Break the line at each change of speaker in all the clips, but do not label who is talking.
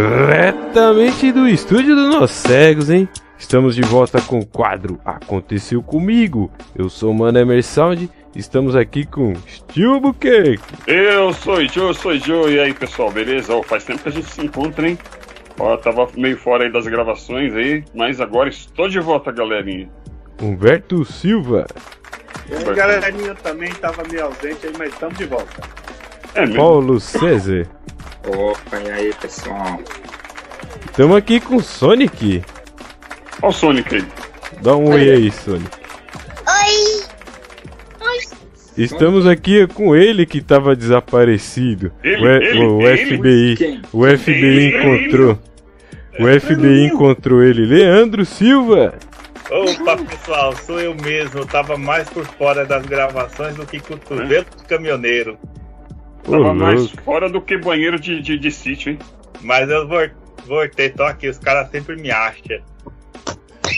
Diretamente do estúdio dos Nos Cegos, hein? Estamos de volta com o quadro Aconteceu Comigo. Eu sou o Mano Emersound. Estamos aqui com Steel Buquerque.
Eu sou o Joe, eu sou o Joe. E aí, pessoal, beleza? Ó, faz tempo que a gente se encontra, hein? Ó, tava meio fora aí das gravações aí, mas agora estou de volta, galerinha.
Humberto Silva.
E aí, galerinha, eu também tava meio ausente aí, mas estamos de volta.
É mesmo?
Paulo César.
Opa, e aí pessoal?
Estamos aqui com Sonic.
Ó o Sonic aí.
Dá um oi aí, Sonic.
Oi!
Estamos aqui com ele que estava desaparecido.
Ele,
o, E-
ele,
o
ele?
FBI.
Quem?
O FBI
Ele, ele.
encontrou. O FBI encontrou ele. Leandro Silva.
Opa, pessoal, sou eu mesmo. Eu tava mais por fora das gravações do que cotovelo do caminhoneiro.
Ô,
Tava mais
louco.
fora do que banheiro de, de, de sítio, hein?
Mas eu vol- voltei, tô aqui, os caras sempre me acham.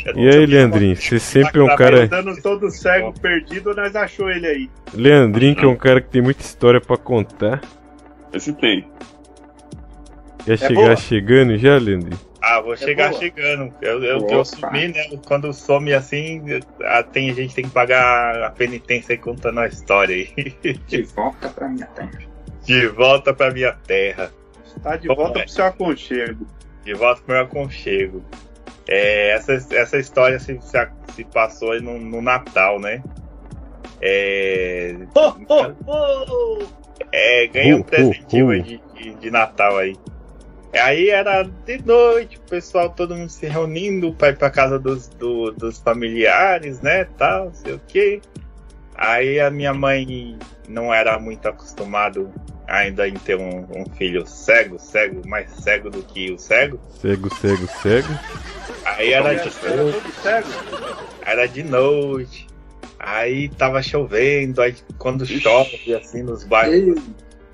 Eu
E aí, Leandrinho? Você sempre é um cara.
Dando todo cego, perdido, nós achou ele aí.
Leandrinho, que é um cara que tem muita história pra contar.
Esse tem.
Ia chegar
boa.
chegando já, Leandrinho?
Ah, vou chegar
boa.
chegando. Eu, eu,
Opa.
eu sumi, né? Quando some assim, ah, tem gente que tem que pagar a penitência aí contando a história aí.
De volta pra minha terra.
De volta pra minha terra.
Tá de
Como
volta
é?
pro seu aconchego.
De volta pro meu aconchego. É, essa, essa história se, se, a- se passou aí no, no Natal, né? É. É, ganhei
Ho,
um
ho,
presentinho
ho.
aí de, de, de Natal aí. Aí era de noite, o pessoal todo mundo se reunindo pra ir pra casa dos, do- dos familiares, né? Tal, não sei o quê. Aí a minha mãe não era muito acostumada ainda em ter um, um filho cego, cego, mais cego do que o cego.
Cego, cego, cego.
Aí era de,
Era todo cego?
era de noite. Aí tava chovendo, aí quando chove assim nos bairros,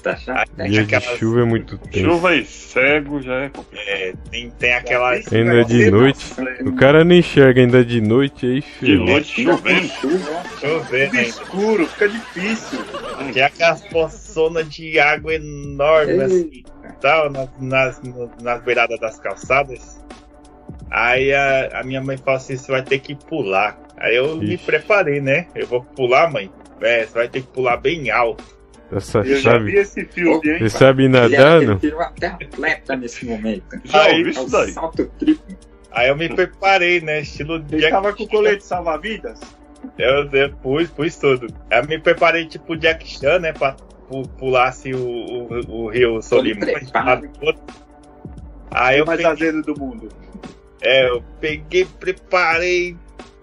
Tá chato?
Aí
Dia de
aquelas-
chuva é muito tenso.
Chuva e cego já é complicado.
é, tem, tem aquelas.
né?
Ainda de noite.
tá- um
O cara não enxerga ainda de noite, aí
De
ferrou.
noite
né?
chovendo.
Chovendo
Tudo
ainda.
escuro, fica difícil.
Tinha né? aquelas poçonas de água enorme assim, tal, nas, nas, no- nas beiradas das calçadas. Aí a, a minha mãe falou assim: você vai ter que pular. Aí eu me
Ixi.
preparei, né? Eu vou pular, mãe. É, você vai ter que pular bem alto.
Essa
Eu já vi
chave.
esse filme, hein?
Você sabe nadar, não?
Ele é virou até atleta nesse momento.
Já
Aí,
ouvi
É o
isso daí.
salto triplo.
Aí eu me preparei, né? Estilo
Ele
Jack
tava com o colete salva-vidas?
Eu, eu pus, pus tudo. Eu me preparei tipo Jack Chan, né? Pra pu- pular assim, o, o, o rio Solimões. de um lado pro outro. Aí eu,
mais
pe-
azedo do mundo.
é, eu peguei, preparei,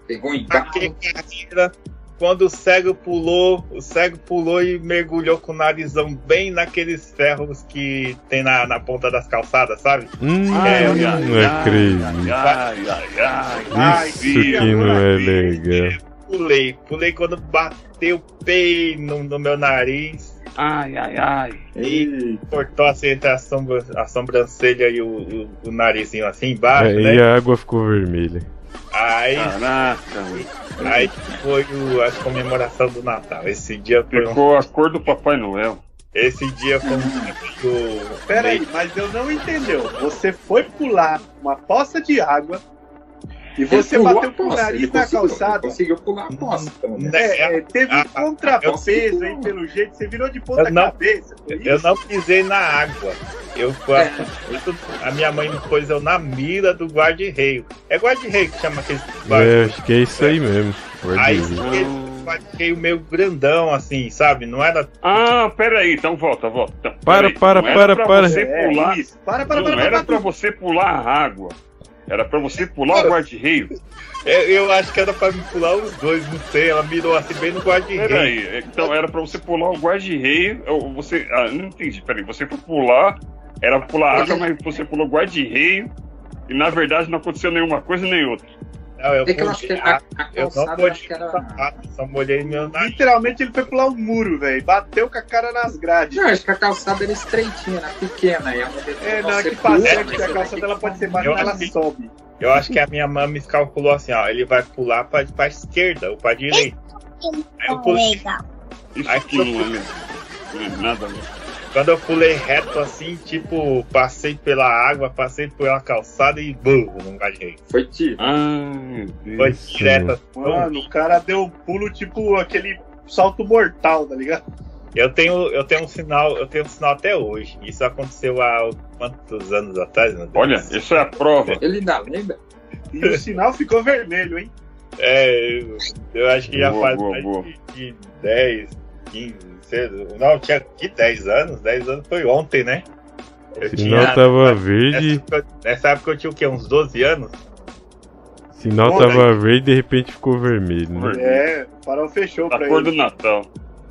Pegou em
taquei
barro.
Tá.
carreira. Quando o cego pulou, o cego pulou e mergulhou com o narizão bem naqueles ferros que tem na, na ponta das calçadas, sabe?
Hum,
É, eu já-
não acredito.
Ai, ai, ai.
Ai,
Isso
filha,
que não é
maravilha.
legal.
Pulei, pulei quando bateu bem no, no meu nariz.
Ai, ai, ai.
Ei,
cortou assim entre a, sombra, a sobrancelha e o, o, o narizinho assim
É,
embaixo,
E
né?
a água ficou vermelha.
Aí,
Caraca, mano.
aí foi o- a comemoração do Natal. Esse dia foi um,
Ficou a cor do Papai Noel.
Esse dia foi um do-
Pera aí, mas eu não entendeu. Você foi pular uma poça de água e você
ele pulou
bateu
a
com o
poça,
nariz
ele
na
conseguiu, ele
calçada.
Conseguiu pular
Hum,
a poça, pelo menos.
né?
É, é, teve
Ah,
um contrapeso
eu-
aí, pelo jeito. Você virou de ponta
Eu não-
cabeça.
Eu não pisei na água. Eu fui-
É.
a minha mãe me pôs eu na mira do guarda-reio. É guarda-reio que chama aquele
É,
guarda
acho que é isso aí mesmo.
Aí
Guarda-reio.
aquele guarda-reio meio grandão, assim, sabe? Não era
Ah, peraí, então volta, volta. Então,
Para,
peraí.
para,
Não era
para,
pra
para.
Você
É,
pular um
isso. Para, para,
não
para,
era
para,
pra você pular a água. Era pra você pular o guarda-reio.
Eu, eu acho que era pra me pular os dois, não sei. Ela mirou assim bem no guarda-reio.
Peraí, então era pra você pular o guarda-reio. ou Você. Ah, não entendi. Peraí, você foi pular, era pra pular a água, mas você pulou o guarda-reio. E na verdade não aconteceu nenhuma coisa nem outra.
Não, eu
É que eu acho que
molhei-
a, a
eu não
calçada eu acho
molhei
que era.
o
tá
sapato, só molhei meu nariz.
Literalmente ele foi pular um muro, velho. Bateu com a cara nas grades.
Não, acho que a calçada era estreitinha, era pequena. E a
É, não, é
você
que
pula,
passei
mas
que a
você
calçada
vai
ela pode ser
ter
baixa,
Eu
mas ela
achei-
sobe.
Eu acho que a minha mãe me calculou assim, ó. Ele vai pular pra, pra esquerda ou pra direita. Aí eu pulei.
Legal.
Isso
Ai,
aqui não é, não é nada. mesmo.
Quando eu pulei reto assim, tipo, passei pela água, passei pela calçada e bum, não ganhei.
Foi tiro.
Ai, Ah, Deus.
Foi
Isso.
direto. assim, bum.
Mano, o cara deu um pulo tipo aquele salto mortal, tá ligado?
Eu tenho, eu tenho um sinal, eu tenho um sinal até hoje. Isso aconteceu há quantos anos atrás, meu Deus?
Olha, isso é a prova.
Ele ainda lembra?
E o sinal ficou vermelho, hein?
É, eu- eu acho que já
Boa,
faz
boa,
mais
boa.
De, de 10, 15, sei lá, não, tinha que 10 anos, 10 anos foi ontem, né? Eu
Sinal tava
nessa,
verde,
época, nessa época eu tinha o quê? Uns 12 anos?
sinal tava verde de repente ficou vermelho, né?
É, o farol fechou
Da
pra
cor
ele.
do Natal.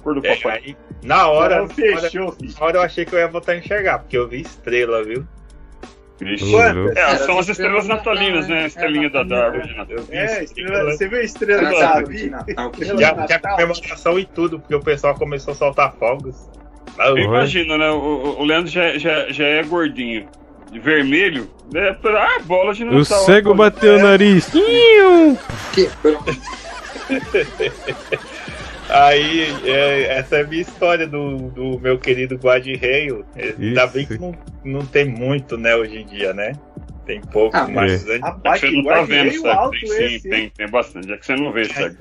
Cor do
É,
papai.
aí, na
O
hora,
farol
na hora,
fechou, filho.
na hora eu achei que eu ia voltar a enxergar, porque eu vi estrela, viu?
Vixe.
Ô, louco.
É, são as estrelas natalinas, né? A estrelinha da, da árvore de Natal.
Eu vi
É, estrela-
estrela.
você viu a estrela
Era
da
sábado de
Davi?
Natal que
Estrela-
já...
Já, já comemoração e tudo, porque o pessoal começou a soltar fogos. Ah,
Eu
Oi.
imagino, né? O, o- o Leandro já, já, já é gordinho. De vermelho, né? pra- Ah, bola de Natal.
O cego
Bola-
bateu o nariz. Iu!
quebrou.
Aí, é, essa é a minha história do, do meu querido guarda-reio. Ainda
Isso.
bem que não, não tem muito, né, hoje em dia, né? Tem pouco,
Ah,
mas antes,
É que
Rapaz,
você
que
não tá
guarda
vendo,
meio alto
sabe? Tem sim,
esse. hein?
tem, tem bastante. É que você não vê, sabe?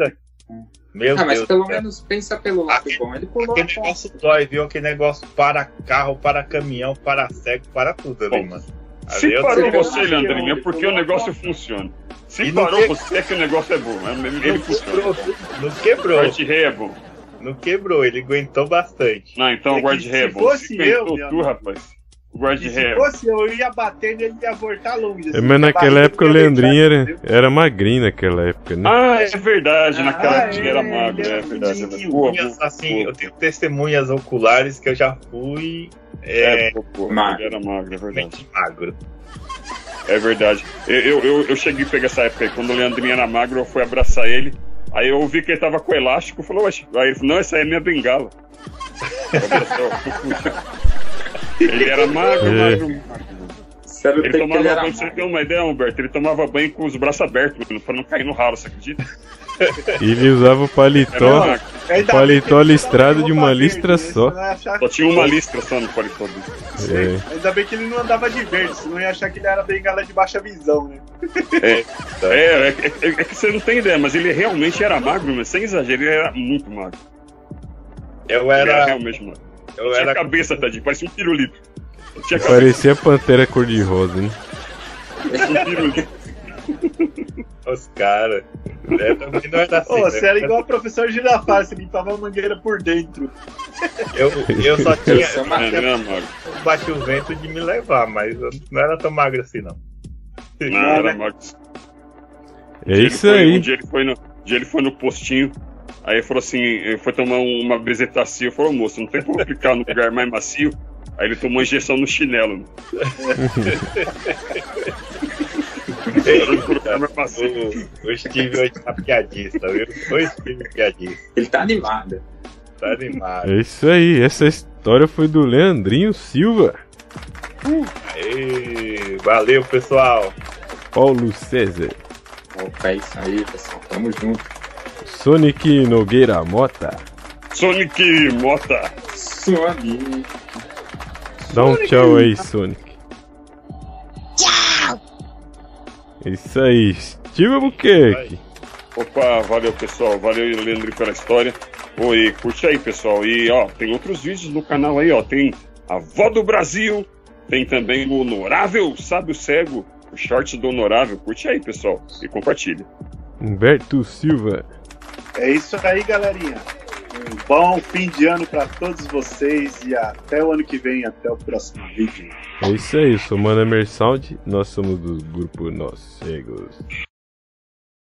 Meu
Ah, mas
Deus.
pelo
do céu.
menos pensa pelo lado bom. Ele pulou
Aquele
a ponte.
negócio dói, viu? Aquele negócio para carro, para caminhão, para cego, para tudo ali,
Bom,
mano. Ali
Se
eu-
parou
sei que
você,
eu-
Leandrinho, é porque o
eu-
negócio funciona. Se
E não
parou
tem-
você, é que o negócio é bom. é- Ele, ele
Não
funciona.
quebrou,
um
não quebrou,
Guarde ré é bom.
não quebrou, ele aguentou bastante.
Não, então
É
o guarde ré
que
é
se
bom.
fosse
Se inventou
eu, meu
tu,
amigo.
rapaz. O guarde
E
ré é
se
bom.
fosse eu, eu ia bater nele e ia voltar longe. assim,
É, Mas naquela
bater
época o
nele,
Leandrinho
já-
era, era magrinho naquela época, né?
Ah, é verdade. Naquela
Ah,
época ele era
é,
magro.
ele
É
era
verdade. é verdade.
pequenininho,
Boa,
Minhas,
boa,
assim,
boa.
eu tenho testemunhas oculares que eu já fui é,
É, boa, boa.
magro.
ele era magro, é verdade.
realmente magro.
É verdade. Eu, eu, eu, eu cheguei a pegar essa época aí, quando o Leandrinho era magro, eu fui abraçar ele. Aí eu vi que ele tava com elástico, falou, Oxe. aí ele falou, não, essa aí é minha bengala. Eu abracei, ó. ele era magro,
É.
magro, magro.
Sério,
Ele
tem que ele
tomava
era
banho, você
magro.
tem uma ideia, Humberto? Ele tomava banho com os braços abertos, mano, pra não cair no ralo, você acredita?
Ele usava o
é. Era
paletó.
magro.
Ainda
Paletó
bem que ele
listrado
não
de uma
andava
listra
verde, né?
só.
Senão eu ia achar-
Só tinha uma listra só no paletó dele.
É.
Ainda bem que ele não andava de verde, senão eu ia achar que ele era bengala de baixa visão, né?
É, é, é, é que você não tem ideia, mas ele realmente era magro, mas sem exagero, ele era muito magro.
Eu
Ele era
era.
realmente magro.
Eu
Tinha
era
cabeça, tadinho, parecia um pirulito. Tinha cabeça.
Parecia a pantera cor-de-rosa, né?
Um pirulito.
Os caras. Eu também não era assim.
Ô,
né?
você era igual o professor Girafá, você limpava a mangueira por dentro.
eu, eu só tinha.
Isso é uma-
É, ele era magro.
Eu bati o vento de me levar, mas eu não era tão magro assim, não.
Não, era magro.
É
Ele
né? isso
foi- Um
aí.
dia ele foi no, um dia ele foi no postinho, aí ele falou assim, ele foi tomar uma bezetacil, eu falei, "Ô, moço, não tem como ficar num lugar mais macio. Aí ele tomou injeção no chinelo.
Eita,
mais macio.
o, o Steve hoje tá piadista, viu? O Steve piadista,
Ele tá animado.
tá animado.
É isso aí. Essa história foi do Leandrinho Silva.
Aê, valeu, pessoal.
Paulo César.
Opa, é isso aí, pessoal. Tamo junto.
Sonic Nogueira Mota.
Sonic Mota.
Suave.
Dá um tchau aí, Sonic. Tchau! É Isso aí, Steve Buquerque.
Opa, valeu pessoal, valeu Leandro pela história. Oi, curte aí pessoal. E ó, tem outros vídeos no canal aí, ó. Tem a Vó do Brasil, tem também o Honorável Sábio Cego, o short do Honorável. Curte aí pessoal e compartilha.
Humberto Silva.
É isso aí, galerinha. Um bom fim de ano pra todos vocês e até o ano que vem, até o próximo vídeo.
É isso aí, eu sou Mano Emersound. Nós somos do grupo Nós Cegos.